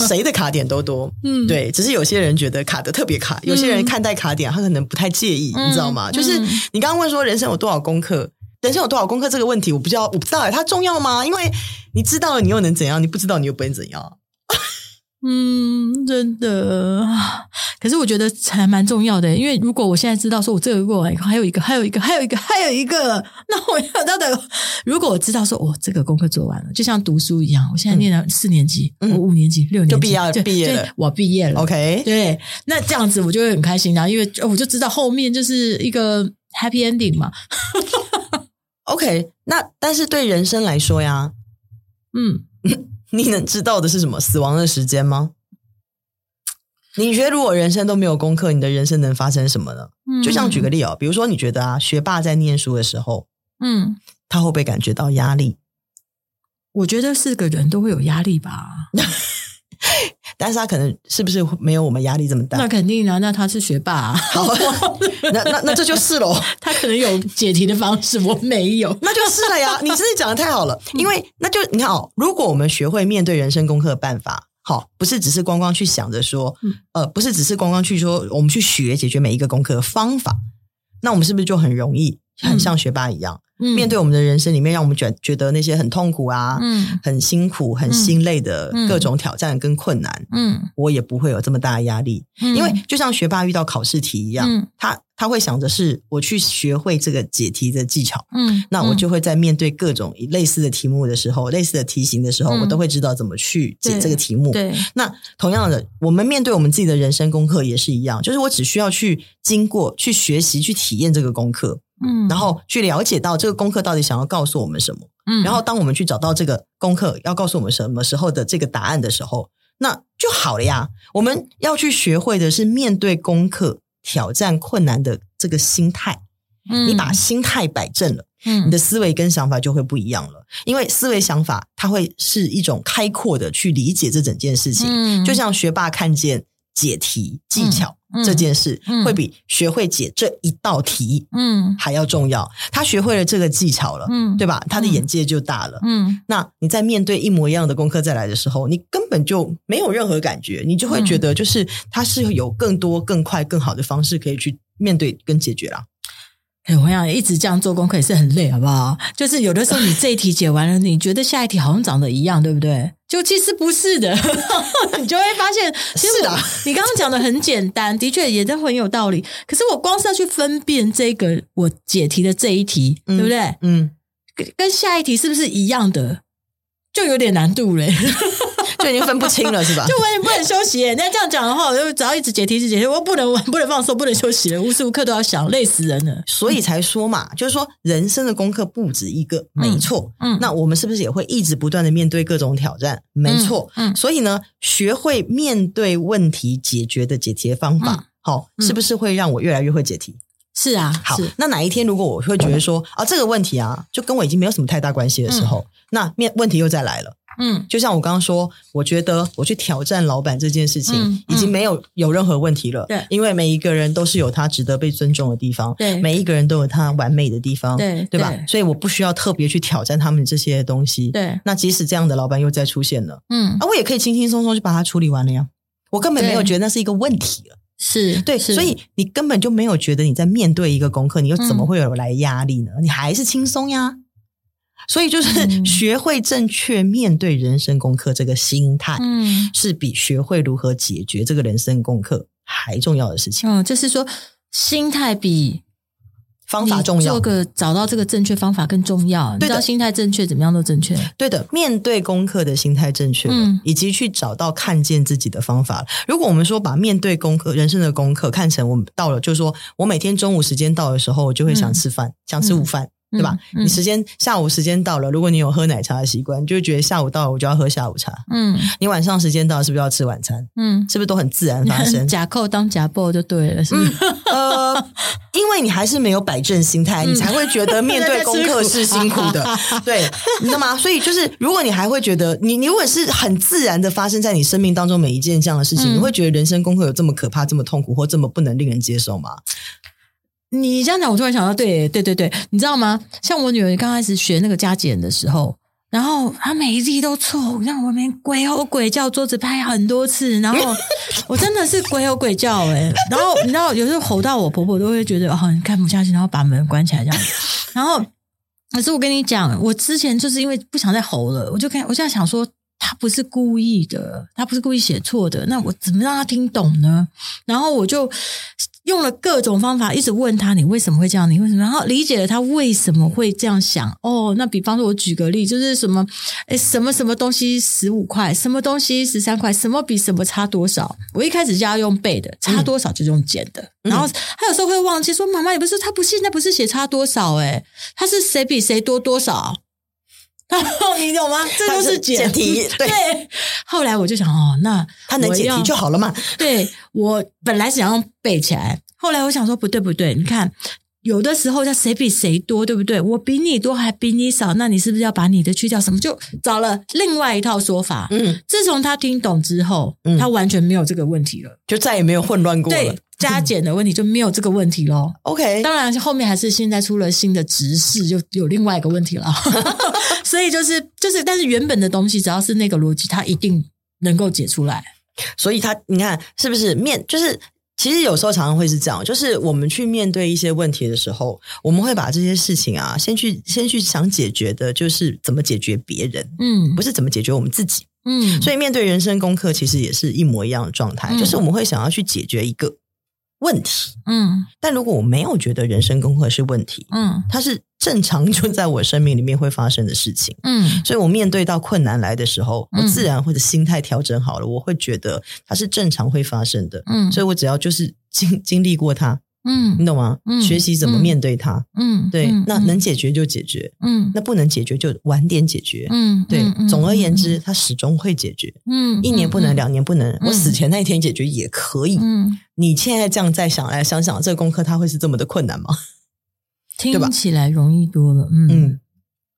Speaker 1: 谁的卡点都多，嗯，
Speaker 2: 嗯
Speaker 1: 对，只是有些人觉得卡的特别卡，有些人看待卡点他可能不太介意，
Speaker 2: 嗯
Speaker 1: 你知道吗？就是
Speaker 2: 嗯
Speaker 1: 你刚刚问说人生有多少功课，人生有多少功课这个问题，我不知道，我不知道、欸、它重要吗？因为你知道了，你又能怎样？你不知道，你又不能怎样？
Speaker 2: 嗯，真的。可是我觉得还蛮重要的，因为如果我现在知道说我这个过完以后，还有一个，还有一个，还有一个，还有一个，那我要到的，如果我知道说我、这个功课做完了，就像读书一样，我现在念了四年级，
Speaker 1: 嗯
Speaker 2: 我五年级、六年级
Speaker 1: 就毕业了
Speaker 2: 对
Speaker 1: 毕业了
Speaker 2: 对我毕业了。
Speaker 1: OK，
Speaker 2: 对，那这样子我就会很开心啊，因为我就知道后面就是一个 happy ending 嘛。
Speaker 1: OK，那但是对人生来说呀，
Speaker 2: 嗯，
Speaker 1: 你能知道的是什么？死亡的时间吗？你觉得如果人生都没有功课，你的人生能发生什么呢？就像举个例哦，比如说你觉得啊，学霸在念书的时候，
Speaker 2: 嗯，
Speaker 1: 他会不会感觉到压力？
Speaker 2: 我觉得是个人都会有压力吧。
Speaker 1: 但是他可能是不是没有我们压力这么
Speaker 2: 那
Speaker 1: 大？
Speaker 2: 肯定啊，那他是学霸、啊。
Speaker 1: 好，那那那这就是喽，
Speaker 2: 他可能有解题的方式，我没有。
Speaker 1: 那就是了呀。你真的讲的太好了，因为那就你看哦，如果我们学会面对人生功课的办法。好，不是只是光光去想着说，
Speaker 2: 嗯
Speaker 1: 呃，不是只是光光去说我们去学解决每一个功课的方法，那我们是不是就很容易，很像学霸一样，
Speaker 2: 嗯
Speaker 1: 面对我们的人生里面，让我们觉觉得那些很痛苦啊、
Speaker 2: 嗯
Speaker 1: 很辛苦、很心累的
Speaker 2: 嗯
Speaker 1: 各种挑战跟困难，
Speaker 2: 嗯，
Speaker 1: 我也不会有这么大的压力。
Speaker 2: 因
Speaker 1: 因为就像学霸遇到考试题一样，
Speaker 2: 嗯
Speaker 1: 他他他会想着是我去学会这个解题的技巧，
Speaker 2: 嗯，
Speaker 1: 那我就会在面对各种类似的题目的时候，类似的题型的时候，
Speaker 2: 嗯
Speaker 1: 我都会知道怎么去解
Speaker 2: 对
Speaker 1: 这个题目。
Speaker 2: 嗯对，
Speaker 1: 那同样的，我们面对我们自己的人生功课也是一样，就是我只需要去经过、去学习、去体验这个功课，
Speaker 2: 嗯，
Speaker 1: 然后去了解到这个功课到底想要告诉我们什么。
Speaker 2: 嗯，
Speaker 1: 然后当我们去找到这个功课要告诉我们什么时候的这个答案的时候，那就好了呀。我们要去学会的是面对功课、挑战困难的这个心态。
Speaker 2: 嗯
Speaker 1: 你把心态摆正了，
Speaker 2: 嗯
Speaker 1: 你的思维跟想法就会不一样了。因为思维想法，它会是一种开阔的去理解这整件事情。
Speaker 2: 嗯
Speaker 1: 就像学霸看见解题技巧这件事，
Speaker 2: 嗯
Speaker 1: 会比学会解这一道题
Speaker 2: 嗯
Speaker 1: 还要重要。他学会了这个技巧了，
Speaker 2: 嗯
Speaker 1: 对吧？他的眼界就大了。
Speaker 2: 嗯
Speaker 1: 那你在面对一模一样的功课再来的时候，你根本就没有任何感觉，你就会觉
Speaker 2: 嗯
Speaker 1: 得就是它是有更多、更快、更好的方式可以去面对跟解决啦。
Speaker 2: 哎，我想一直这样做功课也是很累，好不好？就是有的时候你这一题解完了，你觉得下一题好像长得一样，对不对？就其实不是的， 你就会发现，其实
Speaker 1: 是
Speaker 2: 我
Speaker 1: 啊
Speaker 2: 你刚刚讲的很简单，的确也都很有道理。可是我光是要去分辨这个我解题的这一题，
Speaker 1: 嗯
Speaker 2: 对不对？
Speaker 1: 嗯，
Speaker 2: 跟跟下一题是不是一样的，就有点难度嘞。
Speaker 1: 就已经分不清了，是吧？
Speaker 2: 就我也不能休息耶。那这样讲的话，我就只要一直解题，一直解题，我不能玩，不能放松，不能休息了，无时无刻都要想，累死人了。
Speaker 1: 所以才说嘛，就是说人生的功课不止一个，没错。
Speaker 2: 嗯
Speaker 1: 那我们是不是也会一直不断的面对各种挑战？没错。
Speaker 2: 嗯嗯
Speaker 1: 所以呢，学会面对问题解决的解决方
Speaker 2: 嗯
Speaker 1: 法，好、
Speaker 2: 嗯
Speaker 1: 是不是会让我越来越会解题？
Speaker 2: 是啊，
Speaker 1: 好
Speaker 2: 是，
Speaker 1: 那哪一天如果我会觉得说啊这个问题啊，就跟我已经没有什么太大关系的时候，那面问题又再来了。
Speaker 2: 嗯
Speaker 1: 就像我刚刚说，我觉得我去挑战老板这件事情、
Speaker 2: 嗯
Speaker 1: 已经没有有任何问题了。
Speaker 2: 对
Speaker 1: 因为每一个人都是有他值得被尊重的地方，
Speaker 2: 对
Speaker 1: 每一个人都有他完美的地方，
Speaker 2: 对
Speaker 1: 对吧
Speaker 2: 对
Speaker 1: 所以我不需要特别去挑战他们这些东西。，
Speaker 2: 对，
Speaker 1: 那即使这样的老板又再出现了，
Speaker 2: 嗯，
Speaker 1: 啊，我也可以轻轻松松就把它处理完了呀。我根本没有
Speaker 2: 对
Speaker 1: 觉得那是一个问题了，
Speaker 2: 是
Speaker 1: 对，
Speaker 2: 是
Speaker 1: 所以你根本就没有觉得你在面对一个功课，你又怎么
Speaker 2: 嗯
Speaker 1: 会有来压力呢？你还是轻松呀。所以就是
Speaker 2: 嗯
Speaker 1: 学会正确面对人生功课这个心态，
Speaker 2: 嗯
Speaker 1: 是比学会如何解决这个人生功课还重要的事情。
Speaker 2: 嗯，就是说心态比
Speaker 1: 方法
Speaker 2: 你
Speaker 1: 重要
Speaker 2: 做，个找到这个正确方法更重要。你
Speaker 1: 对
Speaker 2: 知
Speaker 1: 的
Speaker 2: 道心态正确，怎么样都正确。
Speaker 1: 对的。面对功课的心态正确了
Speaker 2: 嗯
Speaker 1: 以及去找到看见自己的方法了。如果我们说把面对功课、人生的功课看成我们到了，就是说我每天中午时间到的时候，我就会想吃饭，想吃午饭。对吧？
Speaker 2: 嗯
Speaker 1: 你时间下午时间到了，如果你有喝奶茶的习惯，你就会觉得下午到了我就要喝下午茶。
Speaker 2: 嗯
Speaker 1: 你晚上时间到了是不是要吃晚餐？
Speaker 2: 嗯，？
Speaker 1: 是不是都很自然发生
Speaker 2: 假扣当假报就对了，是不是？
Speaker 1: 呃，因为你还是没有摆正心态，你才会觉得面 对功课是辛苦的，对，你知道吗？所以就是，如果你还会觉得你，你如果是很自然的发生在你生命当中每一件这样的事情，
Speaker 2: 嗯
Speaker 1: 你会觉得人生功课有这么可怕、这么痛苦或这么不能令人接受吗？
Speaker 2: 你这样讲，我突然想到，对对对对，你知道吗？像我女儿刚开始学那个加减的时候，然后她每一题都错，让我们鬼吼鬼叫，桌子拍很多次，然后我真的是鬼吼鬼叫哎、然后你知道，有时候吼到我婆婆都会觉得哦，你看不下去，然后把门关起来这样，然后。可是我跟你讲，我之前就是因为不想再吼了，我就看，我现在想说，他不是故意的，他不是故意写错的，那我怎么让他听懂呢？然后我就用了各种方法，一直问他你为什么会这样，你为什么？然后理解了他为什么会这样想。哦，那比方说，我举个例，就是什么，诶，什么什么东西十五块，什么东西十三块，什么比什么差多少？我一开始就要用背的，
Speaker 1: 嗯
Speaker 2: 差多少就用减的。然后他有时候会忘记说，妈妈，你不是他不现在不是写差多少、诶，他是谁比谁多多少？ 然后你懂吗？这就是
Speaker 1: 它是解题对
Speaker 2: 对。后来我就想，哦，那
Speaker 1: 他能解
Speaker 2: 我
Speaker 1: 题
Speaker 2: 要
Speaker 1: 就好了嘛。
Speaker 2: 对我本来想要背起来，后来我想说不对不对，你看有的时候叫谁比谁多，对不对？我比你多还比你少，那你是不是要把你的去掉？什么就找了另外一套说法。
Speaker 1: 嗯，
Speaker 2: 自从他听懂之后，
Speaker 1: 嗯
Speaker 2: 他完全没有这个问题了。
Speaker 1: 就再也没有混乱过了嗯
Speaker 2: 对。加减的问题就没有这个问题喽。
Speaker 1: OK，
Speaker 2: 当然，后面还是现在出了新的执事，就有另外一个问题了。 所以就是就是，但是原本的东西，只要是那个逻辑，他一定能够解出来。
Speaker 1: 所以他，你看是不是面就是。其实有时候常常会是这样，就是我们去面对一些问题的时候，我们会把这些事情啊，先去先去想解决的，就是怎么解决别人，
Speaker 2: 嗯
Speaker 1: 不是怎么解决我们自己。
Speaker 2: 嗯，
Speaker 1: 所以面对人生功课，其实也是一模一样的状态，
Speaker 2: 嗯
Speaker 1: 就是我们会想要去解决一个问题，
Speaker 2: 嗯
Speaker 1: 但如果我没有觉得人生功课是问题，
Speaker 2: 嗯
Speaker 1: 它是正常就在我生命里面会发生的事情。
Speaker 2: 嗯
Speaker 1: 所以我面对到困难来的时候，我
Speaker 2: 嗯
Speaker 1: 自然或者心态调整好了，我会觉得它是正常会发生的。
Speaker 2: 嗯，
Speaker 1: 所以我只要就是经经历过它，你
Speaker 2: 嗯
Speaker 1: 懂吗？
Speaker 2: 嗯
Speaker 1: 学习怎么面对它，
Speaker 2: 嗯，
Speaker 1: 对，
Speaker 2: 嗯
Speaker 1: 那能解决就解决，
Speaker 2: 嗯
Speaker 1: 那不能解决就晚点解决。
Speaker 2: 嗯，
Speaker 1: 对，
Speaker 2: 嗯
Speaker 1: 总而言，之，它始终会解决。
Speaker 2: 嗯，嗯
Speaker 1: 一年不能，，两年不能，我死前那一天解决也可以。
Speaker 2: 嗯嗯，
Speaker 1: 你现在这样再想哎来想想，这个功课它会是这么的困难吗？对吧
Speaker 2: 听起来容易多了，嗯
Speaker 1: 嗯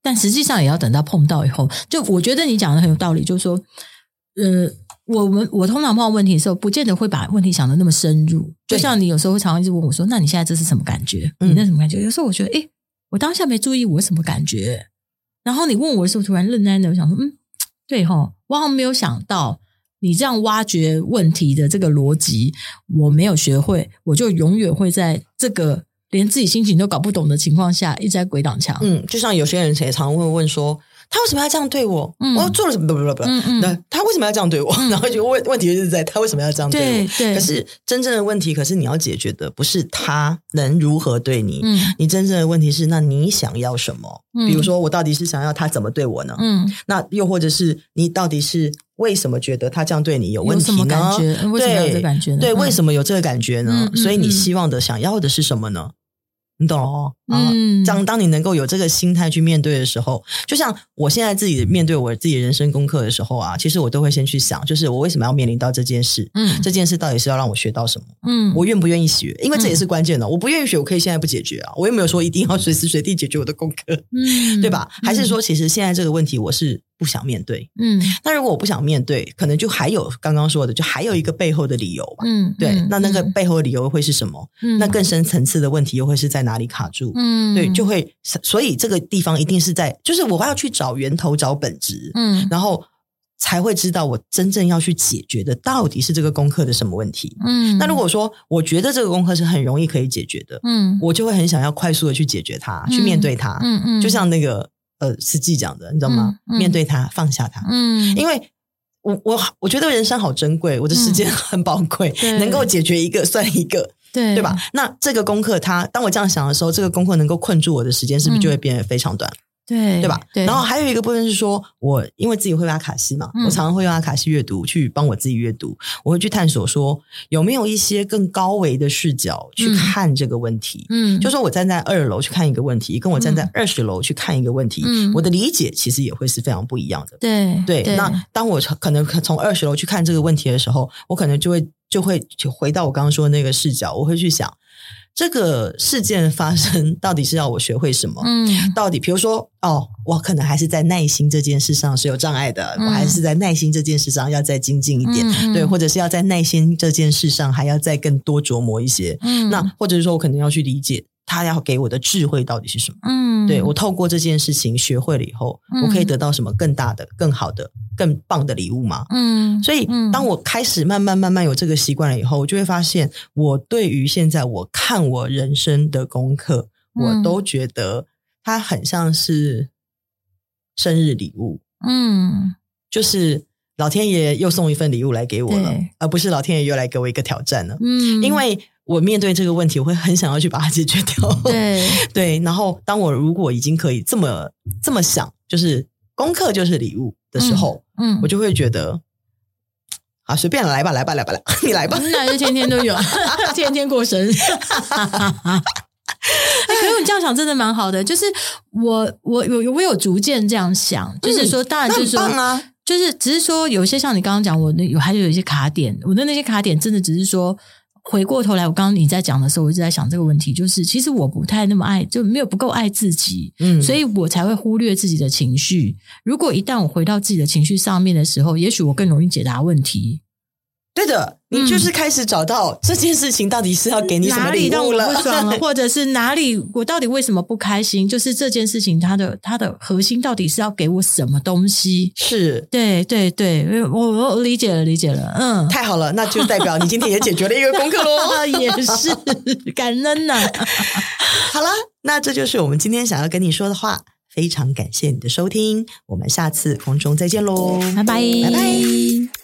Speaker 2: 但实际上也要等到碰到以后。就我觉得你讲的很有道理，就是说，呃，我们我通常碰到问题的时候，不见得会把问题想的那么深入。
Speaker 1: 对
Speaker 2: 就像你有时候会常常一直问我说：“那你现在这是什么感觉？
Speaker 1: 嗯
Speaker 2: 你那什么感觉？”有时候我觉得，诶，我当下没注意我什么感觉。然后你问我的时候，突然愣在那，我想说，嗯，对吼，我好像没有想到。你这样挖掘问题的这个逻辑，我没有学会，我就永远会在这个连自己心情都搞不懂的情况下，一直在鬼挡墙。
Speaker 1: 嗯，就像有些人也常会问说，他为什么要这样对我？
Speaker 2: 嗯
Speaker 1: 我做了什么？不不不不，
Speaker 2: 嗯嗯
Speaker 1: 那、他为什么要这样对我？然后就问问题就是在他为什么要这样对
Speaker 2: 对
Speaker 1: 我？
Speaker 2: 对，
Speaker 1: 可是真正的问题，可是你要解决的不是他能如何对你，
Speaker 2: 嗯
Speaker 1: 你真正的问题是，那你想要什么？
Speaker 2: 嗯
Speaker 1: 比如说，我到底是想要他怎么对我呢？
Speaker 2: 嗯，
Speaker 1: 那又或者是你到底是为什么觉得他这样对你有问
Speaker 2: 有
Speaker 1: 题
Speaker 2: 什
Speaker 1: 呢？
Speaker 2: 么感觉？嗯为什么要有这感觉呢？嗯
Speaker 1: 对，为
Speaker 2: 么？
Speaker 1: 什么有这个感觉呢？
Speaker 2: 嗯嗯
Speaker 1: 所以你
Speaker 2: 嗯
Speaker 1: 希望的、想要的是什么呢？你懂哦？啊，
Speaker 2: 嗯
Speaker 1: 当当你能够有这个心态去面对的时候，就像我现在自己面对我自己人生功课的时候啊，其实我都会先去想，就是我为什么要面临到这件事？
Speaker 2: 嗯
Speaker 1: 这件事到底是要让我学到什么？
Speaker 2: 嗯，
Speaker 1: 我愿不愿意学？因为这也是关键的。我不愿意学，我可以现在不解决啊。我又没有说一定要随时随地解决我的功课，
Speaker 2: 嗯
Speaker 1: 对吧？还是
Speaker 2: 嗯
Speaker 1: 说，其实现在这个问题我是不想面 对。
Speaker 2: 嗯
Speaker 1: 那如果我不想面对，可能就还有刚刚说的，就还有一个背后的理由吧。
Speaker 2: 嗯
Speaker 1: 对，
Speaker 2: 嗯
Speaker 1: 那那个
Speaker 2: 嗯
Speaker 1: 背后的理由会是什么？
Speaker 2: 嗯
Speaker 1: 那更深层次的问题又会是在哪里卡住？
Speaker 2: 嗯
Speaker 1: 对，就会，所以这个地方一定是在，就是我要去找源头，找本质，
Speaker 2: 嗯
Speaker 1: 然后才会知道我真正要去解决的到底是这个功课的什么问题。
Speaker 2: 嗯，
Speaker 1: 那如果说我觉得这个功课是很容易可以解决的，
Speaker 2: 嗯
Speaker 1: 我就会很想要快速的去解决它，去面对它。
Speaker 2: 嗯嗯，
Speaker 1: 就像那个呃司机讲的，你知道吗？
Speaker 2: 嗯嗯
Speaker 1: 面对它，放下它，
Speaker 2: 嗯，
Speaker 1: 因为我我我觉得人生好珍贵，我的时间 很宝贵，
Speaker 2: 对
Speaker 1: 能够解决一个算一个，
Speaker 2: 对
Speaker 1: 对吧？？那这个功课它，当我这样想的时候，这个功课能够困住我的时间，是不是就会变得非常短，
Speaker 2: 嗯对
Speaker 1: 对吧？
Speaker 2: 对，
Speaker 1: 然后还有一个部分是说，我因为自己会用阿卡西嘛，
Speaker 2: 嗯
Speaker 1: 我常常会用阿卡西阅读去帮我自己阅读，我会去探索说有没有一些更高维的视角去
Speaker 2: 嗯
Speaker 1: 看这个问题。
Speaker 2: 嗯，
Speaker 1: 就说我站在二楼去看一个问题，跟我站在二十楼去看一个问题，
Speaker 2: 嗯
Speaker 1: 我的理解其实也会是非常不一样的。
Speaker 2: 对
Speaker 1: 对，那当我从可能从二十楼去看这个问题的时候，我可能就会就会就回到我刚刚说的那个视角，我会去想这个事件发生到底是要我学会什么。
Speaker 2: 嗯
Speaker 1: 到底，比如说，哦，我可能还是在耐心这件事上是有障碍的，
Speaker 2: 嗯
Speaker 1: 我还是在耐心这件事上要再精进一点，
Speaker 2: 嗯嗯
Speaker 1: 对，或者是要在耐心这件事上还要再更多琢磨一些。
Speaker 2: 嗯
Speaker 1: 那或者是说我可能要去理解他要给我的智慧到底是什么。
Speaker 2: 嗯
Speaker 1: 对我透过这件事情学会了以后，
Speaker 2: 嗯
Speaker 1: 我可以得到什么更大的、更好的、更棒的礼物吗？
Speaker 2: 嗯，
Speaker 1: 所以，
Speaker 2: 嗯
Speaker 1: 当我开始慢慢慢慢有这个习惯了以后，我就会发现，我对于现在我看我人生的功课，
Speaker 2: 嗯
Speaker 1: 我都觉得它很像是生日礼物，
Speaker 2: 嗯
Speaker 1: 就是老天爷又送一份礼物来给我了
Speaker 2: 对，
Speaker 1: 而不是老天爷又来给我一个挑战了。
Speaker 2: 嗯，
Speaker 1: 因为我面对这个问题，我会很想要去把它解决掉。
Speaker 2: 对
Speaker 1: 对，然后当我如果已经可以这么这么想，就是功课就是礼物的时候，
Speaker 2: 嗯
Speaker 1: 我就会觉得啊，随便来吧，来吧，来吧，来，你来吧。
Speaker 2: 那啊就天天都有， 天天过生日。哎、可是你这样想真的蛮好的，就是我我有我有逐渐这样想，就是说，当然
Speaker 1: 那
Speaker 2: 就是
Speaker 1: 很
Speaker 2: 说，
Speaker 1: 棒啊，
Speaker 2: 就是只是说，有些像你刚刚讲，我那有还是有一些卡点，我的那些卡点真的只是说，回过头来，我刚刚你在讲的时候，我一直在想这个问题，就是其实我不太那么爱，就没有不够爱自己，
Speaker 1: 嗯
Speaker 2: 所以我才会忽略自己的情绪。如果一旦我回到自己的情绪上面的时候，也许我更容易解答问题。
Speaker 1: 对的，你就是开始找到这件事情到底是要给哎你什么
Speaker 2: 嗯哪里
Speaker 1: 礼
Speaker 2: 让
Speaker 1: 物
Speaker 2: 我
Speaker 1: 了
Speaker 2: 不。爽了，或者是哪里我到底为什么不开心？就是这件事情，它的它的核心到底是要给我什么东西？
Speaker 1: 是
Speaker 2: 对对对，我我我理解了，理解了，嗯。
Speaker 1: 太好了，那就代表你今天也解决了一个功课喽。
Speaker 2: 也是感恩呐、
Speaker 1: 好了，那这就是我们今天想要跟你说的话。非常感谢你的收听，我们下次空中再见喽，
Speaker 2: 拜拜，
Speaker 1: 拜拜。